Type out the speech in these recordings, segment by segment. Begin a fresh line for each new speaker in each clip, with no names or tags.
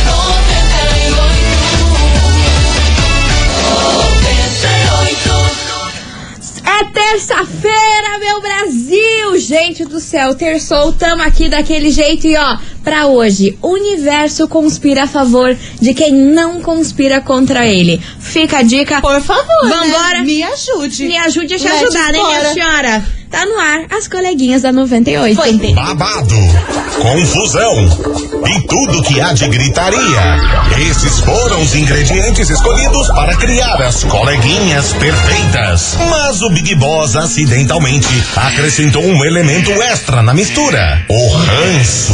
é Gente do céu, terçou, tamo aqui daquele jeito e ó, pra hoje, universo conspira a favor de quem não conspira contra ele. Fica a dica.
Por favor,
Vambora.
né? me ajude.
Me ajude a te
Lete
ajudar, né, minha
fora.
senhora? Tá no ar, as coleguinhas da 98.
Foi, entendeu?
Babado, confusão e tudo que há de gritaria. Esses foram os ingredientes escolhidos para criar as coleguinhas perfeitas. Mas o Big Boss acidentalmente acrescentou um elemento extra na mistura: o ranço.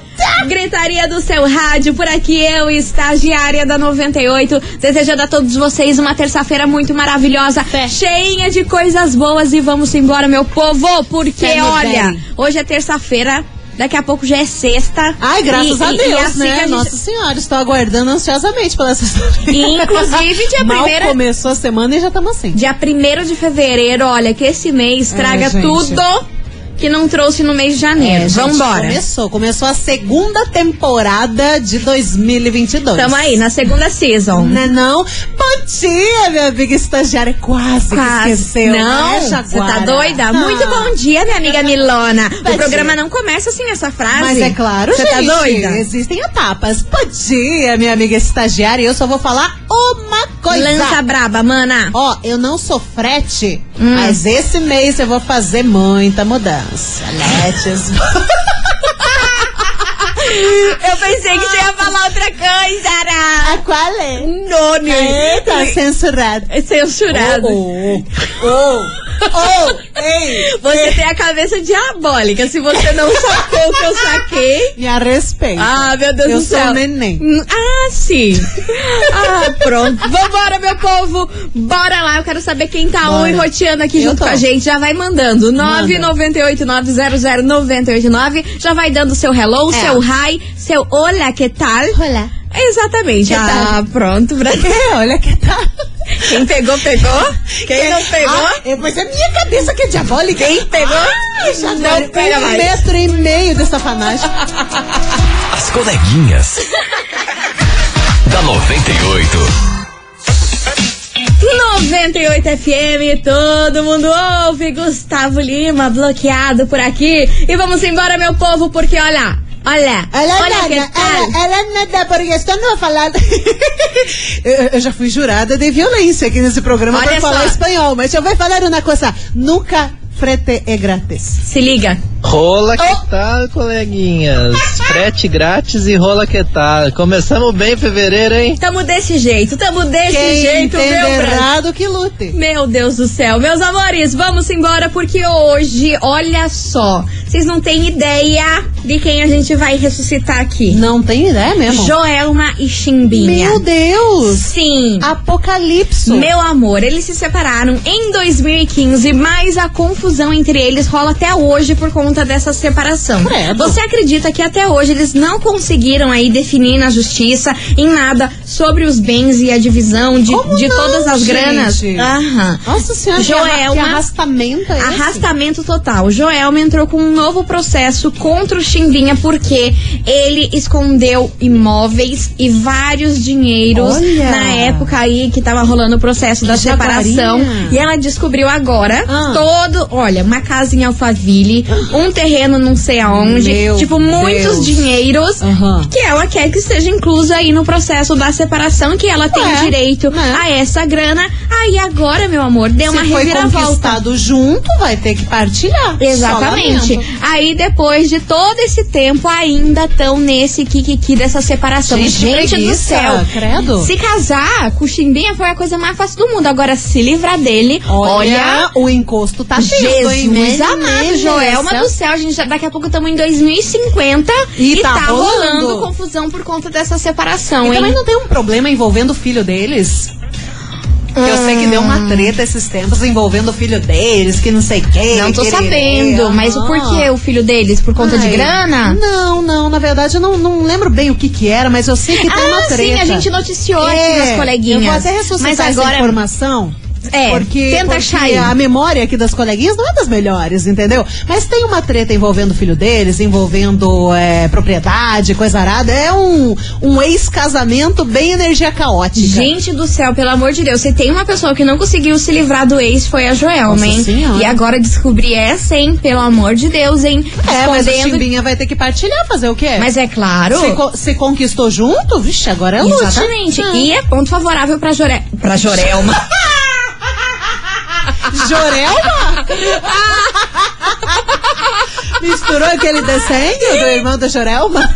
Gritaria do seu rádio, por aqui eu, estagiária da 98, desejando a todos vocês uma terça-feira muito maravilhosa,
Fé.
cheinha de coisas boas e vamos embora, meu povo, porque
Fé no
olha,
bem.
hoje é terça-feira, daqui a pouco já é sexta.
Ai, graças
E-
a
e- e
Deus,
assim
né?
que a gente-
Nossa Senhora, estou aguardando ansiosamente pela sexta-feira.
E, inclusive, dia é-
Mal
primeira-
começou a semana e já estamos assim.
Dia 1 de fevereiro, olha, que esse mês traga
É, gente.
tudo que não trouxe no mês de janeiro.
É, Gente,
Vambora.
Começou, começou a segunda temporada de 2022.
Tamo aí, na segunda season.
Né não? Bom dia, minha amiga estagiária. Quase, que
Quase.
esqueceu.
Não,
né,
você tá
Jaguara?
doida?
Ah.
Muito bom dia, minha amiga Milona.
Bom
O programa
dia.
não começa assim essa frase.
Mas é claro,
Você
gente.
tá doida?
Existem etapas. Bom dia, minha amiga estagiária. E eu só vou falar uma coisa.
Lança braba, mana.
Ó, eu não sou frete,
Hum.
mas esse mês eu vou fazer muita mudança. Letes.
Eu pensei que você ia falar outra coisa, um Ara.
qual é?
Noni.
Eita, censurado.
É censurado.
Oh, oh, oh, oh, ei.
Você tem a cabeça diabólica. Se você não sacou o que eu saquei,
Me arrespeita.
Ah, meu Deus
Eu
do
sou
céu.
neném.
Hum, Ah, sim. ah, pronto. Vambora, meu povo. Bora lá. Eu quero saber quem tá
Bora.
on e roteando aqui
Eu
junto
tô.
com a gente. Já vai mandando. 998-900-989. Já vai dando seu hello,
É.
seu hi, seu olá, que tal?
Olá.
Exatamente.
Que
ah, pronto. Pra...
É, olha que tá.
Quem pegou, pegou. Quem não pegou,
Ah, é, mas é minha cabeça que é diabólica. Ah, Quem
pegou. não pega
um
mais.
metro e meio dessa fanagem.
As coleguinhas. da 98.
98 FM, todo mundo ouve. Gustavo Lima bloqueado por aqui. E vamos embora, meu povo, porque olha, olha,
Ela
olha
nada,
que tal.
ela, ela nada, porque estou não é falando. eu, eu já fui jurada de violência aqui nesse programa
Olha
para
só.
falar espanhol, mas eu vou falar uma coisa. Nunca frete é grátis.
Se liga.
Rola que tal, coleguinhas? Frete grátis e rola que tal? Começamos bem fevereiro, hein?
Tamo desse jeito, tamo desse
Quem
jeito,
entende
meu Brasil.
errado que lute.
Meu Deus do céu, meus amores, vamos embora porque hoje, olha só, vocês não têm ideia de quem a gente vai ressuscitar aqui.
Não tem ideia mesmo.
Joelma e Chimbinha.
Meu Deus!
Sim.
Apocalipse.
Meu amor, eles se separaram em 2015, mas a confusão entre eles rola até hoje por conta dessa separação.
Credo.
Você acredita que até hoje eles não conseguiram aí definir na justiça em nada sobre os bens e a divisão de,
Como
de
não,
todas as
gente?
granas? Aham.
Nossa senhora, que arra-
Joelma-
que arrastamento é esse?
Arrastamento total. Joelma entrou com um novo processo contra o Chimbinha porque ele escondeu imóveis e vários dinheiros
Olha!
na época aí que tava rolando o processo da
jaguarinha!
separação. E ela descobriu agora
Ah.
todo, olha, uma casa em Alphaville, um terreno não sei aonde,
Meu
tipo muitos
Deus.
dinheiros
Aham.
que ela quer que esteja inclusa aí no processo da separação, que ela tem
Ué,
direito
né?
a essa grana. Aí agora, meu amor, deu uma
Se foi
reviravolta.
conquistado junto, vai ter que partilhar.
Exatamente.
Só lamento.
Aí depois de todo esse tempo ainda estão nesse kikiki dessa separação.
Gente,
Gente do
preguiça,
céu.
credo.
Se casar com o Chimbinha foi a coisa mais fácil do mundo. Agora se livrar dele, olha.
Olha, o encosto tá cheio, hein?
Jesus
Menina
amado, Joelma do céu, a gente já, daqui a pouco estamos em 2050
E tá
rolando.
rolando
confusão por conta dessa separação,
E
hein?
também não tem um problema envolvendo o filho deles? Eu sei que que deu
Ah.
uma treta esses tempos envolvendo o filho deles, que não sei quem.
Não tô
quererê,
sabendo, mas o
aham.
porquê o filho deles? Por conta de
Ah. Ai,
grana?
Não, não, na verdade eu não, não lembro bem o que que era, mas eu sei que tem uma
ah,
treta.
sim, a gente noticiou aqui
É,
nas coleguinhas.
Eu vou até ressuscitar
mas agora,
essa informação.
É,
porque,
tenta
porque é
achar aí.
a memória aqui das coleguinhas não é das melhores, entendeu? Mas tem uma treta envolvendo o filho deles, envolvendo é, propriedade, coisa arada. É um, um ex-casamento bem energia caótica.
Gente do céu, pelo amor de Deus, se tem uma pessoa que não conseguiu se livrar do ex, foi a Joelma,
Nossa
hein?
Senhora.
E agora descobri essa, hein? Pelo amor de Deus, hein?
é, mas o
Escondendo-
Chimbinha vai ter que partilhar, fazer o quê?
Mas é claro.
se, co- se conquistou junto, vixe, agora é luta.
Exatamente.
Ah.
E é ponto favorável pra Jore... Pra Jorelma.
Jorelma? Misturou aquele desenho do irmão da Jorelma?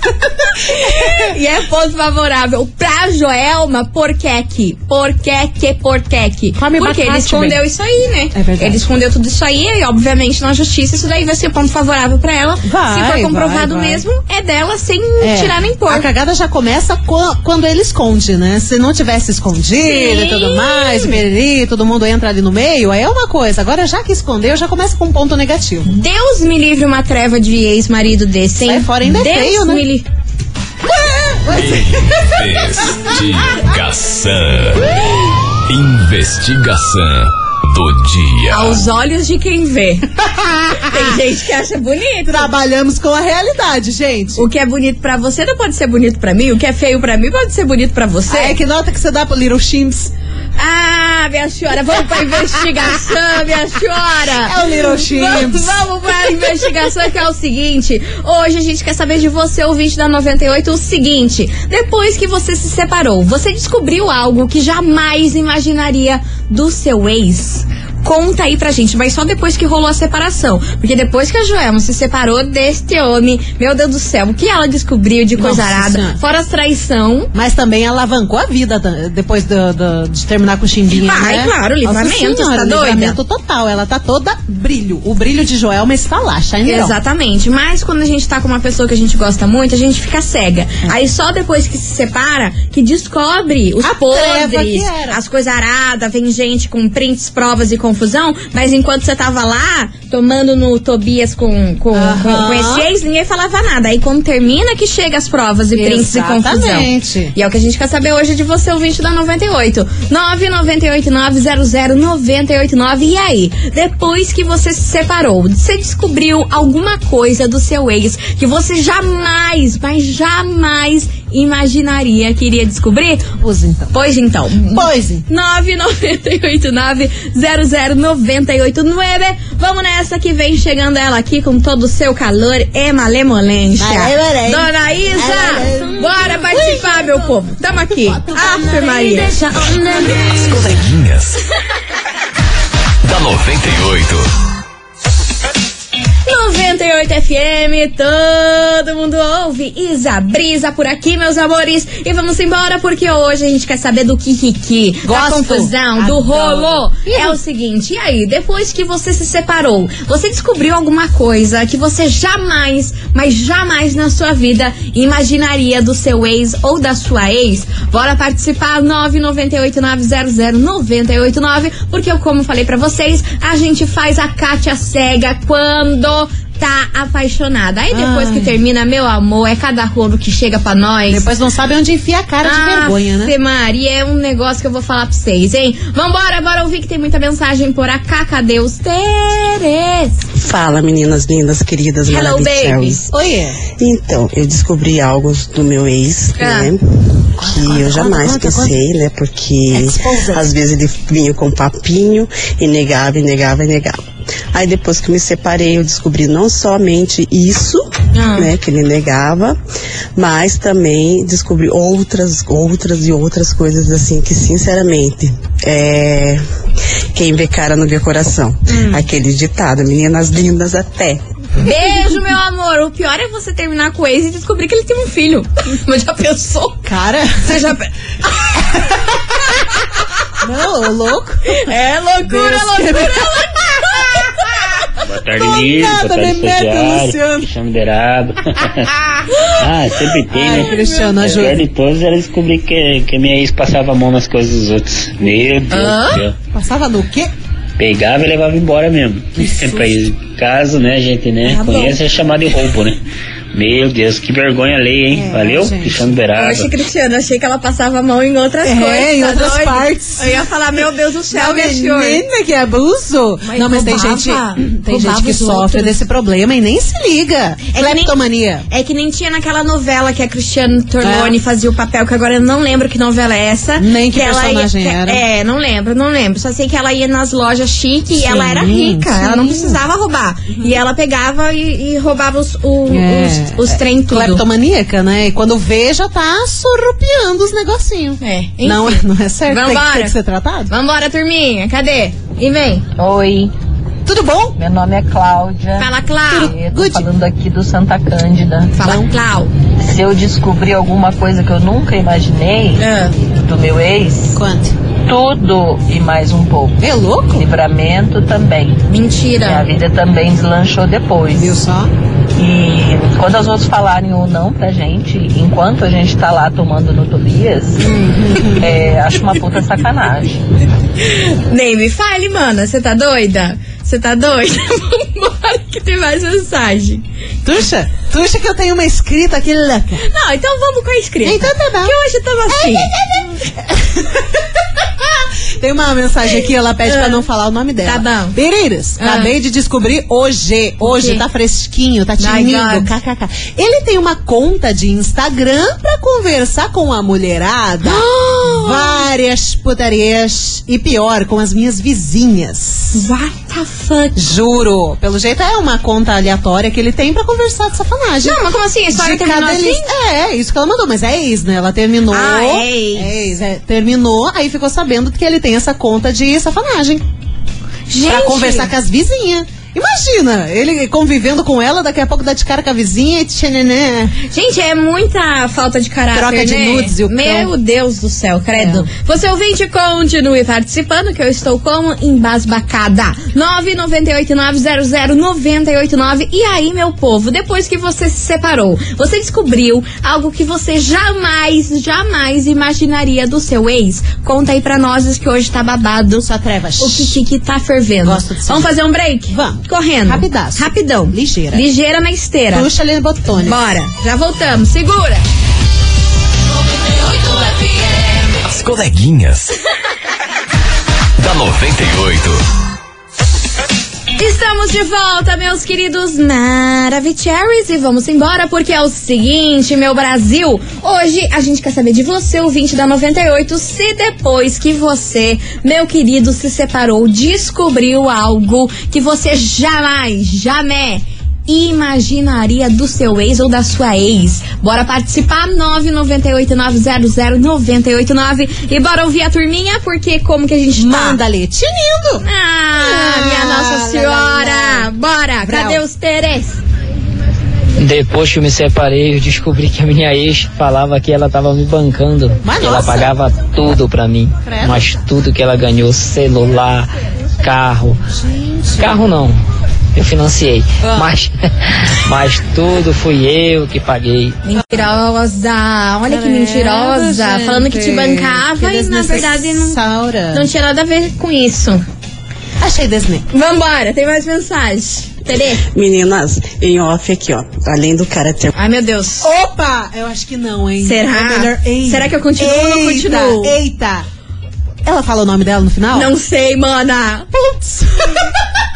E é ponto favorável pra Joelma, por que que? Por que que, por que que?
Come
Porque ele
batata,
escondeu
bem.
isso aí, né?
É verdade.
Ele escondeu tudo isso aí e, obviamente, na justiça isso daí vai ser ponto favorável pra ela.
Vai,
Se
vai,
for comprovado
vai.
mesmo, é dela sem
É.
tirar nem pôr.
A cagada já começa co- quando ele esconde, né? Se não tivesse escondido
Sim.
e tudo mais, periri, todo mundo entra ali no meio, aí é uma coisa. Agora, já que escondeu, já começa com um ponto negativo.
Deus me livre uma treva de ex-marido desse, hein?
Sai fora, ainda é
Deus
feio, né?
me livre.
Investigação. Investigação do dia.
Aos olhos de quem vê. Tem gente que acha bonito. né?
Trabalhamos com a realidade, gente.
O que é bonito pra você não pode ser bonito pra mim. O que é feio pra mim pode ser bonito pra você.
É que nota que você dá pro Little Chimps?
Ah, minha senhora, vamos pra investigação, minha senhora.
É o Little
Vamos,
Chimps.
vamos pra investigação que é o seguinte. Hoje a gente quer saber de você, ouvinte da 98, o seguinte. Depois que você se separou, você descobriu algo que jamais imaginaria do seu ex? Conta aí pra gente, mas só depois que rolou a separação. Porque depois que a Joelma se separou deste homem, meu Deus do céu, o que ela descobriu de coisa
Nossa
arada?
Senhora.
Fora as traição,
Mas também alavancou a vida da- depois do- do- de terminar com o Chimbinha,
Vai,
né?
claro, livramento,
Nossa senhora,
você tá doida?
livramento total. Ela tá toda brilho. O brilho de Joelma é está lá, Shine
Exatamente. Mas quando a gente tá com uma pessoa que a gente gosta muito, a gente fica cega.
É.
Aí só depois que se separa, que descobre os
A treva que
podres,
era.
as coisas aradas, vem gente com prints, provas e confusão. Mas enquanto você tava lá, tomando no Tobias com, com,
Aham.
com, com esse ex, ninguém falava nada. Aí quando termina que chega as provas e prints e confusão.
Exatamente.
E é o que a gente quer saber hoje de você, ouvinte da 98. 998900989. E aí, depois que você se separou, você descobriu alguma coisa do seu ex que você jamais, mas jamais imaginaria que iria descobrir?
Pois então.
Pois então.
Pois então.
998900989. Vamos nessa que vem chegando ela aqui com todo o seu calor e malemolência.
Malemolência.
Dona Isa,
Malemolência.
bora participar, meu povo. Tamo aqui. Ave Maria.
As coleguinhas. da 98.
98 FM, todo mundo ouve. Isa Brisa por aqui, meus amores. E vamos embora porque hoje a gente quer saber do Kikiki, da
Gosto.
confusão, do
Adoro.
rolo. É o seguinte, e aí, depois que você se separou, você descobriu alguma coisa que você jamais, mas jamais na sua vida imaginaria do seu ex ou da sua ex? Bora participar 998900989, porque eu como falei pra vocês, a gente faz a Kátia cega quando tá apaixonada. Aí depois
Ai.
que termina, meu amor, é cada rolo que chega pra nós.
Depois não sabe onde enfia a cara de vergonha, né?
Ah, Ave Maria, é um negócio que eu vou falar pra vocês, hein? Vambora, bora ouvir que tem muita mensagem por acá. Cadê os Teres?
Fala, meninas lindas, queridas,
Hello,
maravilhosas.
Oiê.
Então, eu descobri algo do meu ex,
Ah.
né? Que
Conta,
eu
conta,
jamais
conta,
pensei, né? Porque
Expose.
às vezes ele vinha com papinho e negava, e negava, e negava. Aí depois que eu me separei, eu descobri não somente isso,
Ah.
né, que ele negava, mas também descobri outras, outras e outras coisas assim que sinceramente é quem vê cara não vê coração.
Hum.
Aquele ditado, meninas lindas até.
Beijo, meu amor. O pior é você terminar com o ex e descobrir que ele tem um filho. Mas já pensou?
Cara,
Você já...
não, ô louco.
É loucura,
Deus
loucura,
que-
loucura.
Boa tarde,
Do
Liz. Boa
nada,
tarde,
Bebeto,
estagiário.
Luciano.
Chame Derado.
Ah,
Ah, sempre tem,
Ai,
né?
Cristiano,
O
ajuda.
pior de todos era descobrir que, que minha ex passava a mão nas coisas dos outros. Meu Deus
Hã?
do céu.
Passava no quê?
Pegava e levava embora mesmo. É Pra esse caso, né, gente, né?
Ah, bom.
conhece é chamado de roubo, né? Meu Deus, que vergonha lei, hein?
É,
Valeu?
gente.
Cristiano Beraba.
Poxa, Cristiano, achei que ela passava a mão em outras
É,
coisas.
em
tá
outras
doido?
partes.
Eu ia falar, meu Deus do céu, mexeu.
Menina, que abuso!
Mas
não, mas tem
roubava,
gente, tem
roubava
gente que
os
sofre
outros.
desse problema e nem se liga.
que nem-
Cleptomania.
É que nem tinha naquela novela que a Cristiane Torlone
É.
fazia o papel, que agora eu não lembro que novela é essa.
Nem que
ela
personagem
ia, que-
era.
É, não lembro, não lembro. Só sei que ela ia nas lojas chique e
Sim,
ela era rica,
sim. Uhum.
ela não precisava roubar. E ela pegava e, e roubava os, o-
É.
os, os trem tudo.
Cleptomaníaca, né? E quando vê, já tá surrupiando os negocinhos.
É, enfim.
Não, não é certo. Tem que,
Vambora.
tem que ser tratado.
Vambora, turminha, cadê? E vem.
Oi,
Tudo bom?
meu nome é Cláudia.
Fala, Clau.
Eu tô
Good.
falando aqui do Santa Cândida.
Fala, Clau.
Se eu descobrir alguma coisa que eu nunca imaginei
Ah,
É.
do meu ex,
Quanto?
tudo e mais um pouco.
É louco? É.
Livramento também. Minha
Mentira.
vida também deslanchou depois.
Viu só?
E quando os outros falarem ou não pra gente, enquanto a gente tá lá tomando no Tobias,
Uhum.
é, acho uma puta sacanagem.
Nem me fale, mana. Você tá doida? Você tá doida? Vambora, que tem mais mensagem.
Tuxa, tuxa que eu tenho uma escrita aqui louca.
Não, então vamos com a escrita.
Então tá bom.
Que hoje eu tava assim.
Tem uma mensagem aqui, ela pede pra não falar o nome dela.
É. Tá bom.
Pereiras,
Ah.
acabei de descobrir hoje. Hoje
quê?
tá fresquinho, tá
My
tinindo.
God.
KKK. Ele tem uma conta de Instagram pra conversar com a mulherada. Várias putarias e pior, com as minhas vizinhas.
What the fuck?
Juro. Pelo jeito é uma conta aleatória que ele tem pra conversar de safanagem.
Não, mas como assim? A história
De
terminou
cada
assim?
lista- É, é isso que ela mandou, mas é ex, né? Ela terminou.
Ah, é ex.
É ex, é. Terminou, aí ficou sabendo que ele tem essa conta de safanagem.
Gente.
Pra conversar com as vizinhas. Imagina, ele convivendo com ela, daqui a pouco dá de cara com a vizinha e tchenenê.
Gente, é muita falta de caráter,
Troca de
né?
nudes e o
Meu
cão. É.
Deus do céu, credo. Você ouvinte, continue participando que eu estou como embasbacada. 998900989. E aí, meu povo, depois que você se separou, você descobriu algo que você jamais, jamais imaginaria do seu ex? Conta aí pra nós que hoje tá babado.
Só trevas.
O Kiki tá fervendo.
Gosto desse
Vamos
jeito.
fazer um break?
Vamos.
Correndo.
Rapidaço.
Rapidão.
Ligeira.
Ligeira na esteira.
Puxa ali no botone.
Bora, já voltamos, segura!
As coleguinhas. da 98.
Estamos de volta, meus queridos Maravicheries, e vamos embora porque é o seguinte, meu Brasil. Hoje a gente quer saber de você, o 20 da 98, se depois que você, meu querido, se separou, descobriu algo que você jamais, jamais imaginaria do seu ex ou da sua ex? Bora participar 998900989 e bora ouvir a turminha porque como que a gente tá?
Manda ali, tinindo.
Ah, minha
Ah, lá,
Nossa
lá,
Senhora! Bora,
Brau.
cadê os Teres?
Depois que eu me separei, eu descobri que a minha ex falava que ela tava me bancando.
Mas
ela
nossa.
pagava tudo pra mim.
Credo.
Mas tudo que ela ganhou, celular, carro. Carro não. Eu financiei.
Ah.
Mas, mas tudo fui eu que paguei.
Mentirosa! Olha que
Credo,
mentirosa!
gente.
Falando que te bancava
Que
e na verdade não,
desnecessaura.
não tinha nada a ver com isso.
Achei Disney.
Vambora, tem mais mensagem. Tere.
Meninas, em off aqui, ó. Além do cara ter
Ai meu Deus.
Opa! Eu acho que não, hein?
Será?
É melhor- Ei.
Será que eu continuo ou não
Eita,
continuo?
Eita! Ela fala o nome dela no final?
Não sei, mana!
Putz!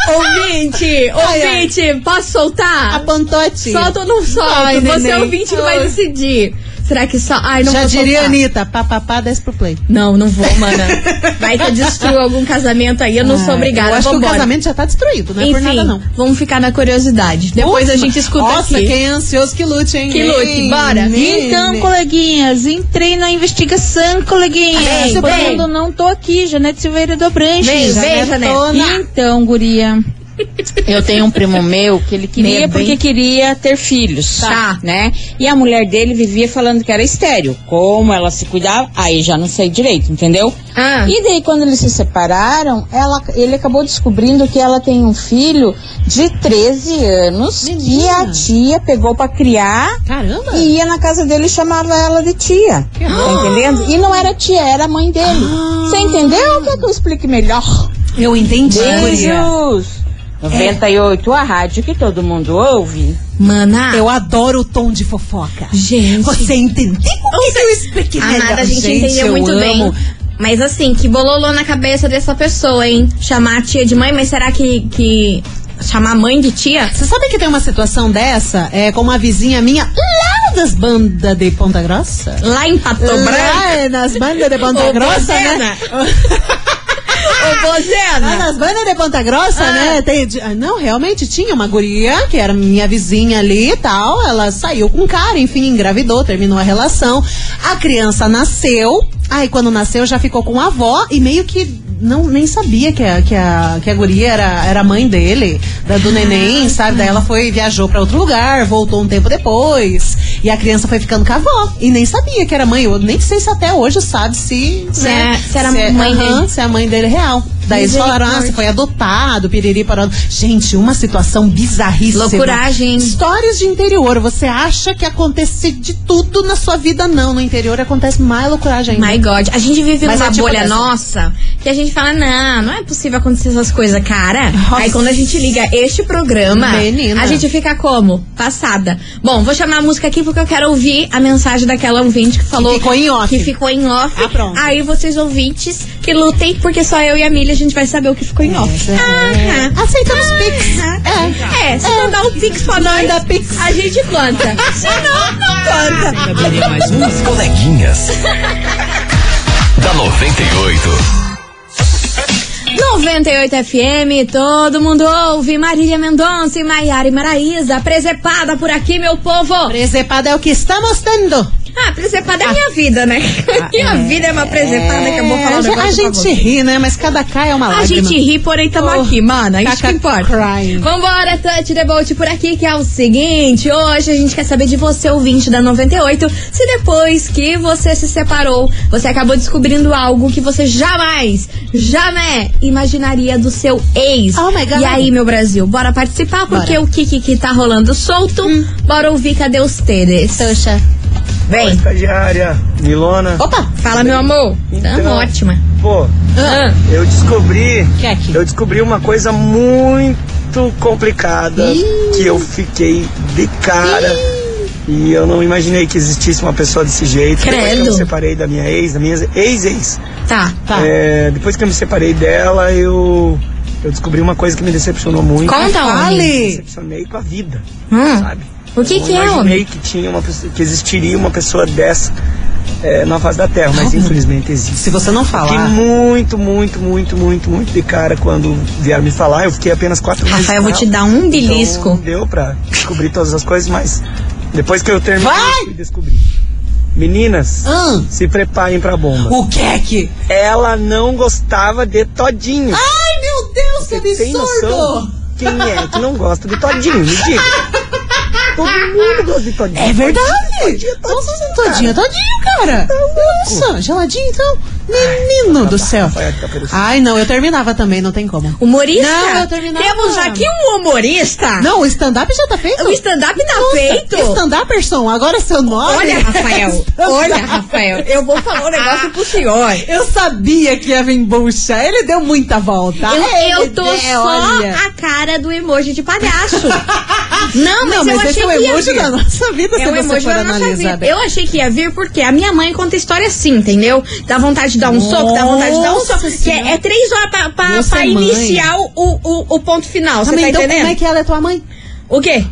Ouvinte!
Ai, ai.
ouvinte! Posso soltar?
A pantote.
Solta ou não solta?
Ai,
Você
neném.
ouvinte que vai
Ai.
decidir. Será que só. Ai, não
Já
vou
diria
soltar.
Anitta, papapá, desce pro play.
Não, não vou, mana. Vai que eu destruo algum casamento aí, eu não sou
Ah,
obrigada.
Eu acho que o
Vambora.
casamento já tá destruído, não é
Enfim,
por nada não.
vamos ficar na curiosidade. Depois a
Nossa,
gente escuta
Nossa,
aqui.
quem é ansioso que lute, hein?
Que lute,
Ei,
bora.
neném.
Então, coleguinhas, entrei na investigação, coleguinhas.
Vem,
Quando
vem.
eu não tô aqui, Janete Silveira do Branches.
Beijo, beijo, Janete.
Então, guria,
Eu tenho um primo meu que ele queria
Medo,
porque
hein?
queria ter filhos,
Tá.
né? E a mulher dele vivia falando que era estéreo. Como ela se cuidava, aí já não sei direito, entendeu?
Ah.
E daí quando eles se separaram, ela, ele acabou descobrindo que ela tem um filho de 13 anos que a tia pegou pra criar.
Caramba.
E ia na casa dele e chamava ela de tia. Tá entendendo? E não era tia, era a mãe dele. Você entendeu? Quer que eu explique melhor?
Eu entendi.
Beijos. 98, a rádio que todo mundo ouve.
Mana.
Eu adoro o tom de fofoca.
Gente.
Você entendeu o que, que eu expliquei?
A nada
melhor?
a gente, entendeu
eu
muito bem.
amo.
Mas assim, que bololô na cabeça dessa pessoa, hein? Chamar a tia de mãe, mas será que. que chamar a mãe de tia?
Você sabe que tem uma situação dessa? É com uma vizinha minha lá das bandas de Ponta Grossa.
Lá em Pato
Lá
Branco.
nas bandas de Ponta
Ô,
Grossa, né?
Bozena. Ô, Bozena.
Lá Ah, nas bandas de Ponta Grossa,
Ah.
né? Tem de- ah, não, realmente tinha uma guria que era minha vizinha ali e tal. Ela saiu com um cara, enfim, engravidou, terminou a relação. A criança nasceu. Aí quando nasceu já ficou com a avó e meio que não nem sabia que a, que a, que a guria era, era mãe dele, da, do neném,
Ah,
sabe? Daí ela foi, viajou pra outro lugar, voltou um tempo depois. E a criança foi ficando com a avó. E nem sabia que era mãe. Eu nem sei se até hoje sabe se.
Se
né,
é- se era mãe
aham,
dele.
Se é a mãe dele real. Daí eles falaram, ah, você foi adotado, piriri, parado. Gente, uma situação bizarríssima.
Loucuragem.
Histórias de interior. Você acha que acontece de tudo na sua vida? Não, no interior acontece mais loucuragem ainda.
My God. A gente vive
Mas
numa
é tipo
bolha
dessa.
nossa que a gente fala, não, não é possível acontecer essas coisas, cara. Aí quando a gente liga este programa,
Menina.
a gente fica como? Passada. Bom, vou chamar a música aqui porque eu quero ouvir a mensagem daquela ouvinte que falou.
ficou em off.
Que ficou em off.
Ah, pronto.
Aí vocês ouvintes que lutem, porque só eu e a Milha a gente vai saber o que ficou em
É,
off. Aham.
Aceitamos Pix.
É, se mandar um pix pra nós, a gente conta. Se não, não conta.
Mais umas coleguinhas. da 98.
98 FM, todo mundo ouve. Marília Mendonça e Maiara e Maraísa. Presepada por aqui, meu povo.
Presepada é o que está mostrando.
Ah, presepada é a minha vida, né? minha vida é uma presepada que eu vou falar um
É, a gente-
negócio
a
pra
gente
você.
ri, né? Mas cada cá é uma
A
lágrima.
gente ri, porém tamo
Oh,
aqui, mano. É Isso que
caca
importa.
crying.
Vambora, Touch the Bolt por aqui, que é o seguinte: hoje a gente quer saber de você, ouvinte da 98, se depois que você se separou, você acabou descobrindo algo que você jamais, jamais imaginaria do seu ex.
Oh my God.
E aí, meu Brasil, bora participar, porque
Bora. Hum.
o que que tá rolando solto? Bora ouvir, cadê os teres?
Toxa.
Vem,
Estagiária, Milona.
Opa!
fala, meu amor. Tamo
Então.
ótima.
Pô,
Ah.
eu descobri.
Que é aqui?
Eu descobri uma coisa muito complicada que eu fiquei de cara. E eu não imaginei que existisse uma pessoa desse jeito. Depois que eu
Credo.
me separei da minha ex, da minha ex-ex.
Tá.
Tá.
É, depois que eu me separei dela, eu, eu descobri uma coisa que me decepcionou muito.
Conta, homem.
Me
Fale!
decepcionei com a vida,
Hum.
sabe?
O que
não
que é,
imaginei
homem?
que tinha uma pessoa, que existiria uma pessoa dessa é, na face da Terra, mas infelizmente existe.
Se você não
Fiquei
Ah.
falar.
muito, muito, muito, muito, muito de cara quando vieram me falar. Eu fiquei apenas quatro meses.
Rafael, eu
com
vou te
ela.
dar um
Então,
belisco.
não deu pra descobrir todas as coisas, mas depois que eu terminei,
Vai!
eu fui descobrir. Meninas,
Ah.
Hum.
se preparem pra bomba.
O que é que?
Ela não gostava de todinho.
Ah,
Ai, meu Deus, que
Tem noção
absurdo!
de quem é que não gosta de todinho? Me diga. Todo mundo gosta de todinho.
É verdade! Nossa, todinho, Tá todinho, cara! Nossa, geladinho então? Menino do céu!
Rafael de Caperucita.
Ai, não, eu terminava também, não tem como.
Humorista?
Não, eu terminava.
Temos aqui um humorista.
Não, o stand-up já tá feito?
O stand-up tá feito.
Stand-uperson, agora é seu nome?
Olha, Rafael. olha, Rafael. Eu vou falar um negócio pro senhor.
Eu sabia que ia vir bucha. Ele deu muita volta. Ah, é Ele
Eu, eu tô
deu,
só
olha.
a cara do emoji de palhaço. Não, Ah, mas,
Não, mas
eu
esse
achei
é o
que ia
emoji
vir.
da nossa vida,
É
se
um
você tá
emoji
for
da nossa
analisar.
vida.
bem.
Eu achei que ia vir porque a minha mãe conta história assim, entendeu? Dá vontade de dar um soco, dá vontade de dar um
Nossa
soco. Que
Senhora.
é, é três horas pra, pra-
Nossa
pra
mãe.
iniciar o, o, o ponto final. Você
Também,
tá
então,
entendendo?
como é que ela é tua mãe?
O quê?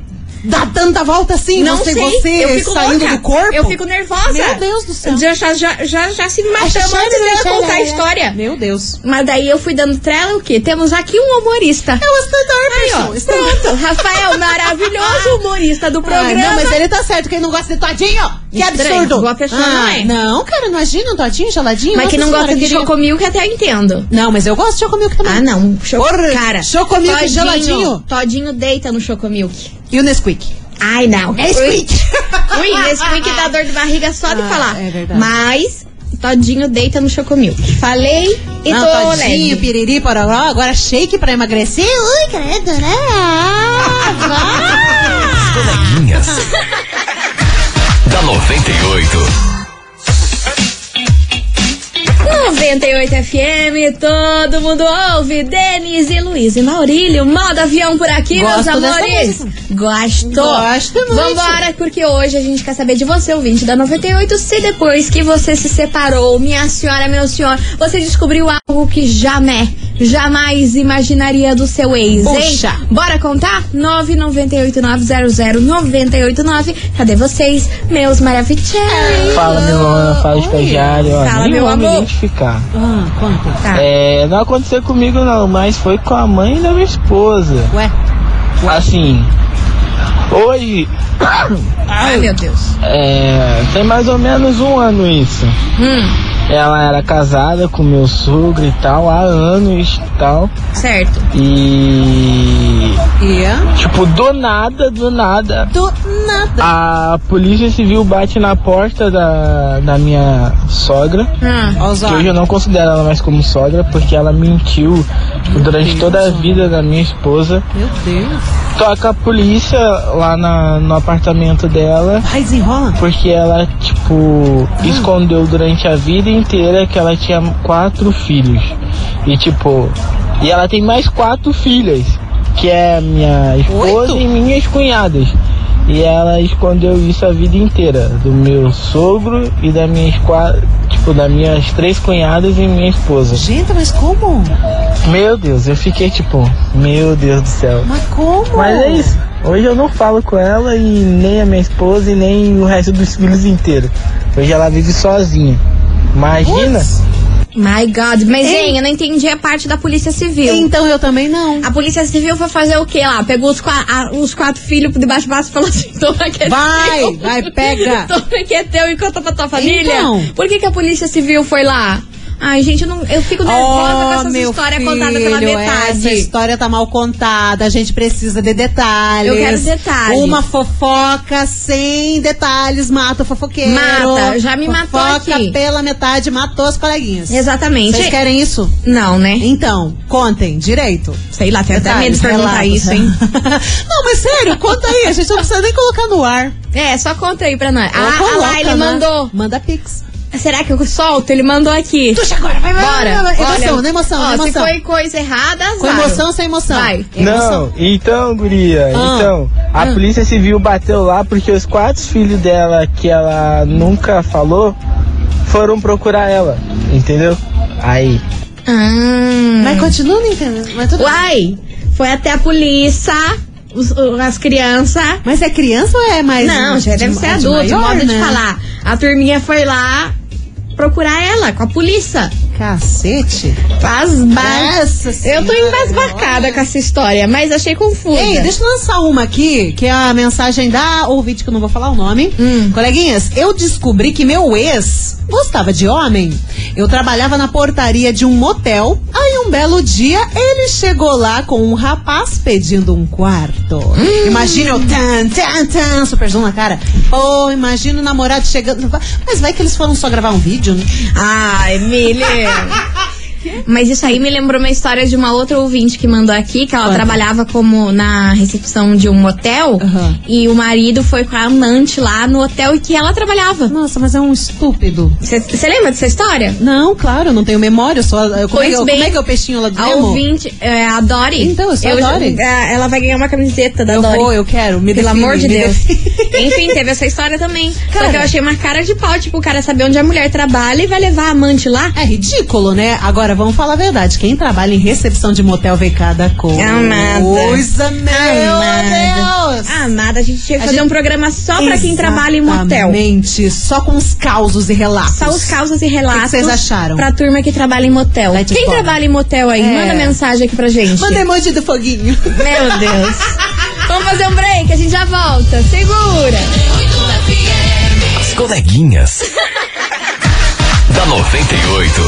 Dá tanta volta assim,
Não
você,
sei,
você
eu fico
saindo
louca.
do corpo?
Eu fico nervosa.
Meu Deus do céu.
Já, já, já, já, já se matamos
Ai, xará,
antes dela
xará,
contar a
xará.
história.
né? Meu Deus.
Mas daí eu fui dando trela o quê? Temos aqui um humorista. É
o stand-up,
ó. Pronto, Rafael, maravilhoso humorista do programa.
Ai, Ah. não, mas ele tá certo, quem não gosta de todinho, que
Estranho,
absurdo. Ah,
boa pessoa não é.
Não, cara, imagina um todinho geladinho.
Mas que
nossa
não gosta
senhora,
de
queria-
chocomil que até eu entendo.
Não, mas eu gosto de chocomilk também.
Ah, não. Choco...
Porra,
Cara,
chocomilk
todinho,
geladinho.
Todinho deita no É chocomilk.
E o Nesquik?
Ai, não.
É Nesquik.
Ui, Nesquik dá dor de barriga só de
Ah,
falar.
é verdade.
Mas todinho deita no chocomilk. Falei e
não,
tô
todinho,
leve.
piriri, pororó, agora shake pra emagrecer. Ui, credo, né? Ah, vá.
Coleguinhas. da 98.
98 FM, todo mundo ouve. Denise e Luiz e Maurílio, moda avião por aqui,
Gosto
meus
dessa
amores.
música.
Gosto.
Gosto muito.
Vambora, porque hoje a gente quer saber de você, ouvinte da 98, se depois que você se separou, minha senhora, meu senhor, você descobriu algo que jamais, jamais imaginaria do seu ex,
Puxa.
hein? Bora contar? 998900989. Cadê vocês, meus maravilhosos?
Fala, meu amor, fala estagiário. ó,
Fala,
nem
meu
vou me
amor.
identificar.
Ah, conta.
É, não aconteceu comigo não, mas foi com a mãe da minha esposa.
Ué?
Assim, hoje,
Ai, meu Deus.
é, tem mais ou menos um ano isso.
Hum,
Ela era casada com meu sogro e tal, há anos e tal.
certo.
E...
E é?
Tipo, do nada, do nada,
Do nada.
a polícia civil bate na porta da, da minha sogra.
Ah.
Ó, os
Que
olhos.
hoje eu não considero ela mais como sogra, porque ela mentiu tipo, durante toda a vida da minha esposa.
Meu Deus.
Toca a polícia lá na- no apartamento dela.
Ai, desenrola.
Porque ela, tipo, escondeu durante a vida inteira que ela tinha quatro filhos. E, tipo, e ela tem mais quatro filhas, que é minha esposa e minhas cunhadas. E ela escondeu isso a vida inteira, do meu sogro e das minhas quatro, tipo, das minhas três cunhadas e minha esposa.
Gente, mas como?
Meu Deus, eu fiquei tipo, meu Deus do céu.
Mas como?
Mas é isso. Hoje eu não falo com ela e nem a minha esposa e nem o resto dos filhos inteiro. Hoje ela vive sozinha. Imagina.
My God, mas
Ei.
hein, eu não entendi a parte da Polícia Civil.
Então eu também não.
A Polícia Civil foi fazer o quê lá? Pegou os, qua- a- os quatro filhos por debaixo do braço e falou assim: toma que é
Vai,
teu.
vai, pega.
toma que é teu e conta pra tua família.
Então.
Por que, que a Polícia Civil foi lá? Ai, gente, eu, não, eu fico nervosa com
Oh,
essas
meu
histórias
filho, é,
contadas pela
Essa
metade.
história tá mal contada, a gente precisa de detalhes.
Eu quero detalhes.
Uma fofoca sem detalhes mata o fofoqueiro.
Mata, já me matou
Fofoca
aqui.
pela metade, matou as coleguinhas.
Exatamente.
Vocês querem isso?
Não, né?
Então, contem, direito.
Sei lá, tenho até
tá
medo de perguntar isso, hein?
não, mas sério, conta aí, a gente não precisa nem colocar no ar.
É, só conta aí pra nós.
Ou
Ah, ah
coloca,
lá, ele
né?
mandou.
Manda pix.
Será que eu solto? Ele mandou aqui.
Tuxa agora, vai, vai,
Bora.
vai, vai.
olha.
Emoção, né, emoção,
Ó,
né,
Se
emoção.
foi coisa errada, azar.
Com emoção, sem emoção.
Vai.
Não, então, guria,
Ah.
então, a polícia civil bateu lá porque os quatro filhos dela que ela nunca falou foram procurar ela, entendeu? Aí.
Ah.
Mas continua não entendendo. Mas tudo bem.
Uai, foi até a polícia, os- o- as crianças.
Mas é criança ou é mais.
Não, já
de- é
deve
de-
ser
de
adulto,
maior,
modo de
né?
falar. A turminha foi lá procurar ela com a polícia.
Cacete.
Faz
Nossa
Eu tô
Senhora,
embasbacada com essa história, mas achei confusa.
Ei, deixa eu lançar uma aqui, que é a mensagem da ouvinte, que eu não vou falar o nome.
Hum.
Coleguinhas, eu descobri que meu ex gostava de homem. Eu trabalhava na portaria de um motel, aí um belo dia ele chegou lá com um rapaz pedindo um quarto.
Hum.
Imagina eu, tan, tan, tan, super zoom na cara. Pô, imagina o namorado chegando. Mas vai que eles foram só gravar um vídeo, né?
Ai, Mili. Mas isso aí me lembrou uma história de uma outra ouvinte que mandou aqui, que ela
Conta.
trabalhava como na recepção de um hotel
Aham.
e o marido foi com a amante lá no hotel e que ela trabalhava.
Nossa, mas é um estúpido.
Você lembra dessa história?
Não, claro, eu não tenho memória, eu só. eu- Como, é que,
Pois
eu-
bem,
como é que é o peixinho lá do
A
Nemo?
ouvinte, é, a Dori.
Então, eu sou a Dori.
é, Ela vai ganhar uma camiseta da
Eu
Dori.
vou, eu quero. Me
Pelo
define,
amor de
me
Deus.
define.
Enfim, teve essa história também. Só
Cara.
que eu achei uma cara de pau, tipo, o cara saber onde a mulher trabalha e vai levar a amante lá.
É ridículo, né? Agora, vamos falar a verdade. Quem trabalha em recepção de motel vê cada coisa.
Amada.
meu
Amada.
Deus.
Amada, a gente tinha que
A
fazer
gente-
um programa só pra quem trabalha em motel.
Exatamente. Só com os causos e relatos.
Só os causas e relatos.
O que que vocês acharam?
Pra turma que trabalha em motel. Quem
fora.
trabalha em motel aí,
É.
manda mensagem aqui pra gente.
Manda emoji do foguinho.
Meu Deus. Vamos fazer um break, a gente já volta. Segura.
As coleguinhas. da 98.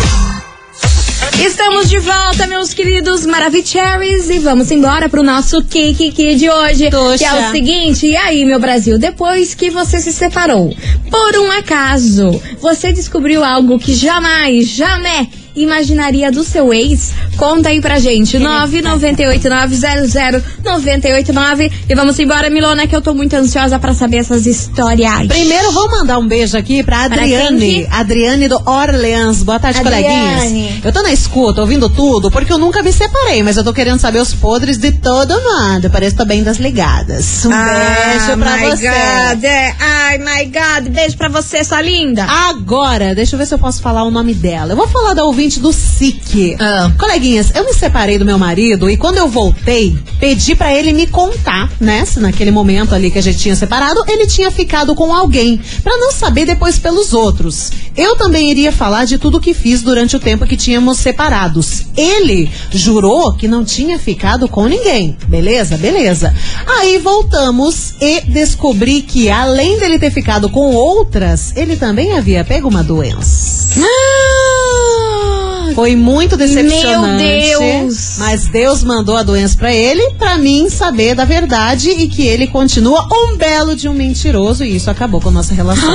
Estamos de volta, meus queridos Maravicheries, e vamos embora pro nosso Kikiki de hoje. Que é o seguinte, e aí, meu Brasil, depois que você se separou, por um acaso, você descobriu algo que jamais, jamais imaginaria do seu ex? Conta aí pra gente, 998900989 e vamos embora, Milona, que eu tô muito ansiosa pra saber essas histórias.
Primeiro, vou mandar um beijo aqui pra
Para
Adriane.
quem
Adriane do Orleans. Boa tarde,
Adriane.
coleguinhas. Eu tô na escuta, ouvindo tudo, porque eu nunca me separei, mas eu tô querendo saber os podres de todo mundo. Parece que tô bem das ligadas. Um beijo pra
Ah, my
você.
God, é. Ai, my God, beijo pra você, sua linda.
Agora, deixa eu ver se eu posso falar o nome dela. Eu vou falar da ouvinte do SIC. Coleguinhas, eu me separei do meu marido e quando eu voltei, pedi pra ele me contar, né? Se naquele momento ali que a gente tinha separado, ele tinha ficado com alguém, Pra não saber depois pelos outros. Eu também iria falar de tudo que fiz durante o tempo que tínhamos separados. Ele jurou que não tinha ficado com ninguém. Beleza? Beleza. Aí voltamos e descobri que além dele ter ficado com outras, ele também havia pego uma doença.
Ah!
Foi muito decepcionante.
Meu Deus!
Mas Deus mandou a doença pra ele, pra mim saber da verdade e que ele continua um belo de um mentiroso e isso acabou com a nossa relação.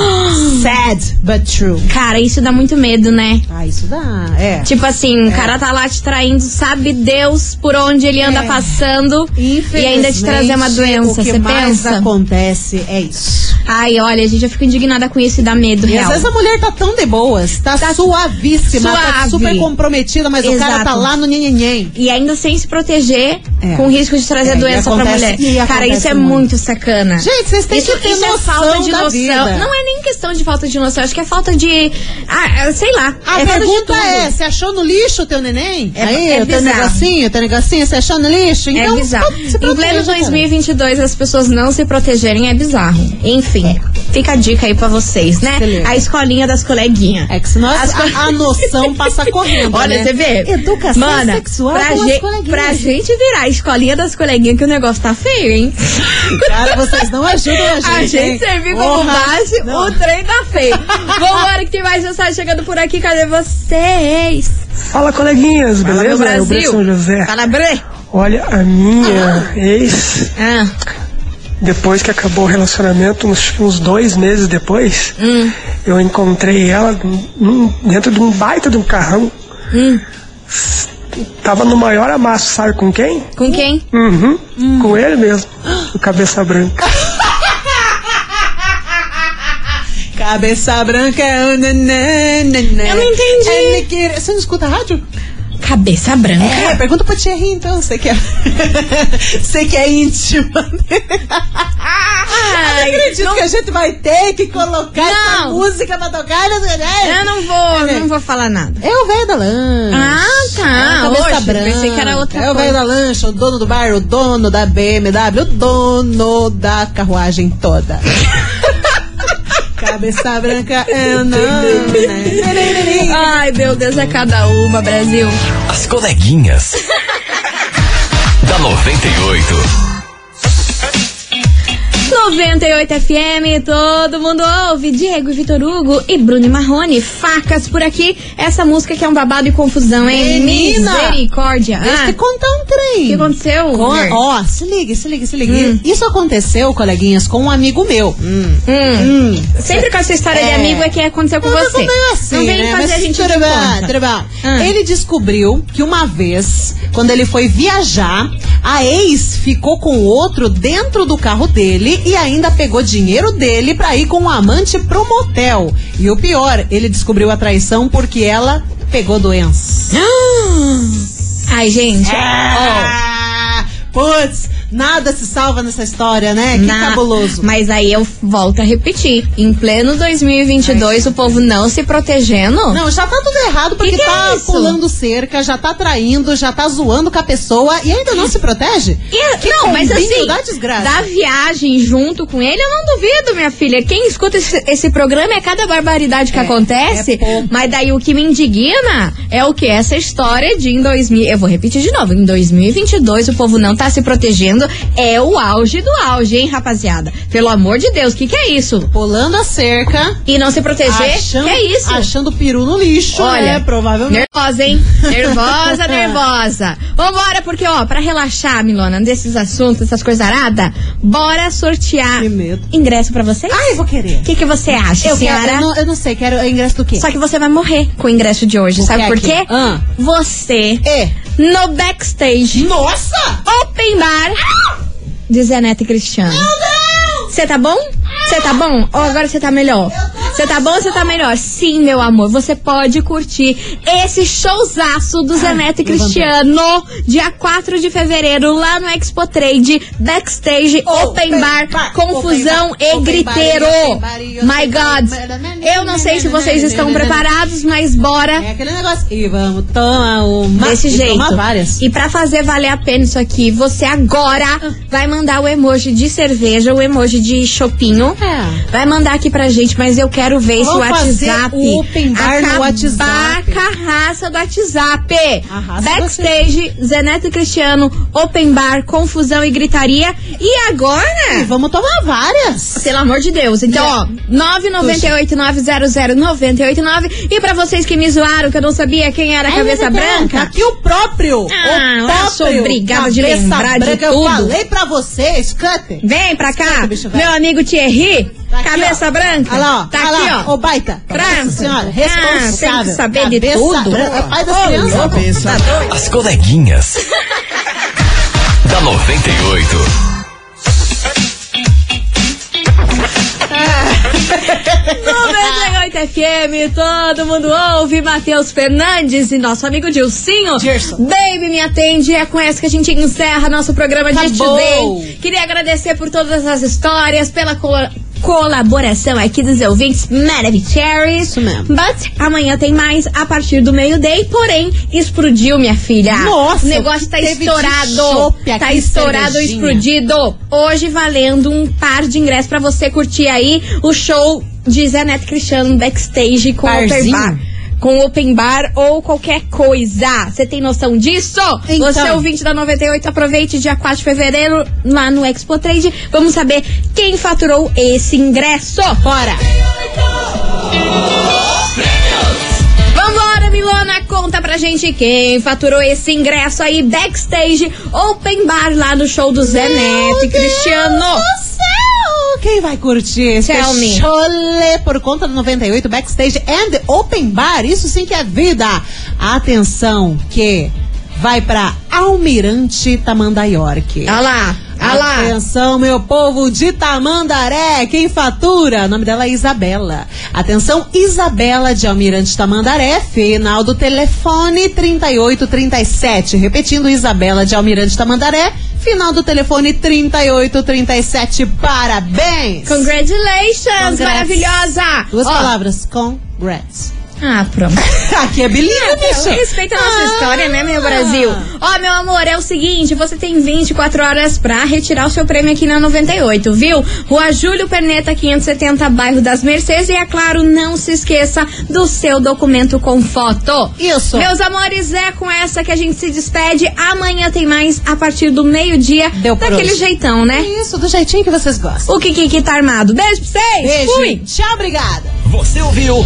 Sad but true.
Cara, isso dá muito medo, né?
Ah, isso dá, é.
Tipo assim, o
É.
cara tá lá te traindo, sabe Deus por onde ele anda
É.
passando e ainda te trazer uma doença,
O que
você
mais
pensa?
acontece é isso.
Ai, olha, gente, eu fico indignada com isso e dá medo,
E
real.
às vezes a mulher tá tão de boas, tá, suavíssima, tá
suave.
super comprometida, mas o cara
Exato.
tá lá no nhenhenhen.
E ainda sem se proteger,
É.
com risco de trazer
É, e
doença pra
acontece-
mulher.
e
Cara, isso
acontece
é
muito.
muito sacana.
Gente, vocês têm
isso,
que ter
isso é
noção
falta de
da
noção.
vida.
Não é nem questão de falta de noção, acho que é falta de. Ah, é, sei lá.
A
é falta de
pergunta
tudo.
é, você achou no lixo o teu neném?
É-
Aí,
é
o teu
bizarro.
negocinho, o teu negocinho, você achou no lixo? Então,
é bizarro.
se- se
em
protege,
pleno
cara.
2022, as pessoas não se protegerem é bizarro. Enfim, fica a dica aí pra vocês, né?
Excelente.
A escolinha das coleguinhas.
É que se nós,
As co-
a, a noção passa correndo,
Olha,
né?
você vê?
Educação
Mana,
sexual
pra,
com as
gen-
coleguinhas.
pra gente virar a escolinha das coleguinhas que o negócio tá feio, hein?
Cara, vocês não ajudam a gente,
A
hein?
gente serviu como
Porra,
base,
não.
o trem tá feio. Vambora que tem mais mensagem chegando por aqui, cadê vocês?
Fala, coleguinhas,
Fala,
beleza?
meu
É o Bre
Brasil.
São José.
Fala, Bre.
Olha, a minha ex,
Ah,
depois que acabou o relacionamento, uns, uns dois meses depois,
Hum.
eu encontrei ela num- dentro de um baita de um carrão.
Hum.
S- Tava no maior amasso, sabe com quem?
com quem?
Uhum, com ele mesmo, o cabeça branca.
Cabeça branca é o neném, neném.
Eu não entendi.
É negueira. Você não escuta rádio?
Cabeça branca.
É, pergunta pra Thierry então, você que é. você que é íntima. É.
Ai,
não acredito que a gente vai ter que colocar essa
Não.
música pra tocar. Né?
Eu não vou, não vou falar nada.
É o velho da lancha.
Ah, tá.
É o cabeça
Oxe,
branca.
pensei que era outra
É o velho da
coisa.
lancha, o dono do bar, o dono da BMW, o dono da carruagem toda. Cabeça branca é não, né?
Ai, meu Deus, é cada uma, Brasil.
As coleguinhas. da 98.
98 FM, todo mundo ouve. Diego e Vitor Hugo e Bruno e Marrone, facas por aqui. Essa música que é um babado e confusão, hein?
Menina!
Misericórdia.
Deixa eu
Ah,
te contar um
o
trem.
que aconteceu? Hum.
Com-
Ner?
Ó, se liga, se liga, se liga. Isso aconteceu, coleguinhas, com um amigo meu.
Hum.
Hum.
Sempre com essa história de
É.
amigo é que aconteceu com
Não, mas
você.
não é assim,
não vem
né?
fazer
Mas
a gente de
tudo bem,
conta.
tudo bem.
Ah.
Ele descobriu que uma vez, quando ele foi viajar, a ex ficou com outro dentro do carro dele e ainda pegou dinheiro dele pra ir com o amante pro motel. E o pior, ele descobriu a traição porque ela pegou doença. É,
Ai, gente.
Ah, Putz, Nada se salva nessa história, né? Que
Na-
cabuloso.
Mas aí eu volto a repetir. Em pleno 2022, o povo não se protegendo.
Não, já tá tudo errado porque
Que que é
tá
isso?
pulando cerca, já tá traindo, já tá zoando com a pessoa e ainda não se protege?
E-
Que
não, mas
convívio
assim,
da desgraça.
viagem junto com ele, eu não duvido, minha filha. Quem escuta esse, esse programa é cada barbaridade que acontece.
é
mas daí o que me indigna é o que? Essa história de em 2000. Eu vou repetir de novo. Em 2022, o povo não tá se protegendo. É o auge do auge, hein, rapaziada? Pelo amor de Deus, o que, que é isso?
Pulando a cerca.
E não se proteger?
Achando-
que é isso?
Achando peru no lixo,
Olha,
né? Provavelmente.
Nervosa, hein? Nervosa, nervosa. Vambora, porque, ó, pra relaxar, Milona, desses assuntos, essas coisas aradas, bora sortear ingresso pra vocês? Ah, eu
vou querer.
O que, que você acha,
Eu,
senhora?
quero, eu, não, eu não sei, quero é ingresso do quê?
Só que você vai morrer com o ingresso de hoje.
O
sabe
que é
por
que-
quê?
Ah.
Você,
É.
no backstage.
Nossa!
Open bar de Zé Neto e Cristiano. Você tá bom? Você tá bom? Ó, agora você tá melhor. Você tá bom ou você tá melhor? Sim, meu amor, você pode curtir esse showzaço do Zé Neto e Cristiano, dia 4 de fevereiro, lá no Expo Trade, backstage, open, bar, confusão
open
e
bar,
griteiro.
open bar, e open
My God, eu não sei se vocês estão preparados, mas bora.
É aquele negócio. E vamos tomar uma.
Desse
e
jeito.
Tomar várias. Ah.
E pra fazer valer a pena isso aqui, você agora vai mandar o emoji de cerveja, o emoji de chopinho. Vai mandar aqui pra gente, mas eu quero ver esse
Vamos É. fazer
WhatsApp.
o open bar no
Acabar
WhatsApp.
com a raça do WhatsApp.
raça do
Backstage, Zeneto e Cristiano, open bar, confusão e gritaria. E agora?
vamos tomar várias.
Pelo amor de Deus. Então,
Yeah.
ó, 998-900-989. E pra vocês que me zoaram, que eu não sabia quem era a
Ai,
cabeça
mas é branca.
branca.
Aqui o próprio.
Ah,
o
eu
próprio.
sou obrigada de
cabeça
lembrar de
branca.
tudo.
Eu falei pra vocês, Cutter.
Vem pra cá,
Escuta, bicho velho.
meu amigo Thierry,
Tá aqui,
cabeça
ó.
branca.
Olha lá, ó.
tá
Olha
aqui,
lá,
ó.
Ô, baita.
Branca.
senhora,
Ah, tem
responsável.
que saber de
Cabeça
tudo.
branca, É pai das
Ô,
crianças.
louco.
As coleguinhas. da 98.
Número 38 FM, todo mundo ouve. Matheus Fernandes e nosso amigo Dilcinho. Baby, me atende. É com essa que a gente encerra nosso programa de
Acabou.
today. Queria agradecer por todas as histórias, pela colo- colaboração aqui dos ouvintes maravilhosos. Isso
mesmo.
But amanhã tem mais a partir do meio-day, porém explodiu, minha filha.
Nossa,
o negócio tá
teve de
estourado.
chope
Tá
aqui,
estourado,
cervejinha.
explodiu pedido hoje valendo um par de ingressos pra você curtir aí o show de Zé Neto Cristiano backstage com open
Barzinho?
bar. Com open bar ou qualquer coisa. Você tem noção disso?
Então.
Você ouvinte da 98, aproveite dia 4 de fevereiro lá no Expo Trade. Vamos saber quem faturou esse ingresso.
Bora!
Vambora, Milona, conta pra gente quem faturou esse ingresso aí backstage open bar lá no show do Zé Neto e Cristiano.
céu! Quem vai curtir esse
Tell me.
cholê por conta do 98 Backstage and Open Bar? Isso sim que é vida! Atenção que vai pra Almirante Tamandayorque.
Olha lá, olha lá.
Atenção, meu povo de Tamandaré, quem fatura? O nome dela é Isabela. Atenção, Isabela de Almirante Tamandaré, final do telefone 3837. Repetindo, Isabela de Almirante Tamandaré, final do telefone 3837. Parabéns!
Congratulations,
Congrats.
maravilhosa!
Duas
Ó,
palavras, congrats.
Ah, pronto.
Aqui é bilíngue, bicho.
Respeita a nossa
Ah.
história, né, meu Brasil? Ó, meu amor, é o seguinte, você tem 24 horas pra retirar o seu prêmio aqui na 98, viu? Rua Júlio Perneta, 570, bairro das Mercedes. E, é claro, não se esqueça do seu documento com foto.
Isso.
Meus amores, é com essa que a gente se despede. Amanhã tem mais a partir do meio-dia.
Deu por
Daquele
hoje.
jeitão, né?
Isso, do jeitinho que vocês gostam.
O Kiki que tá armado. Beijo pra vocês.
Beijo.
Fui.
Tchau, obrigada.
Você ouviu?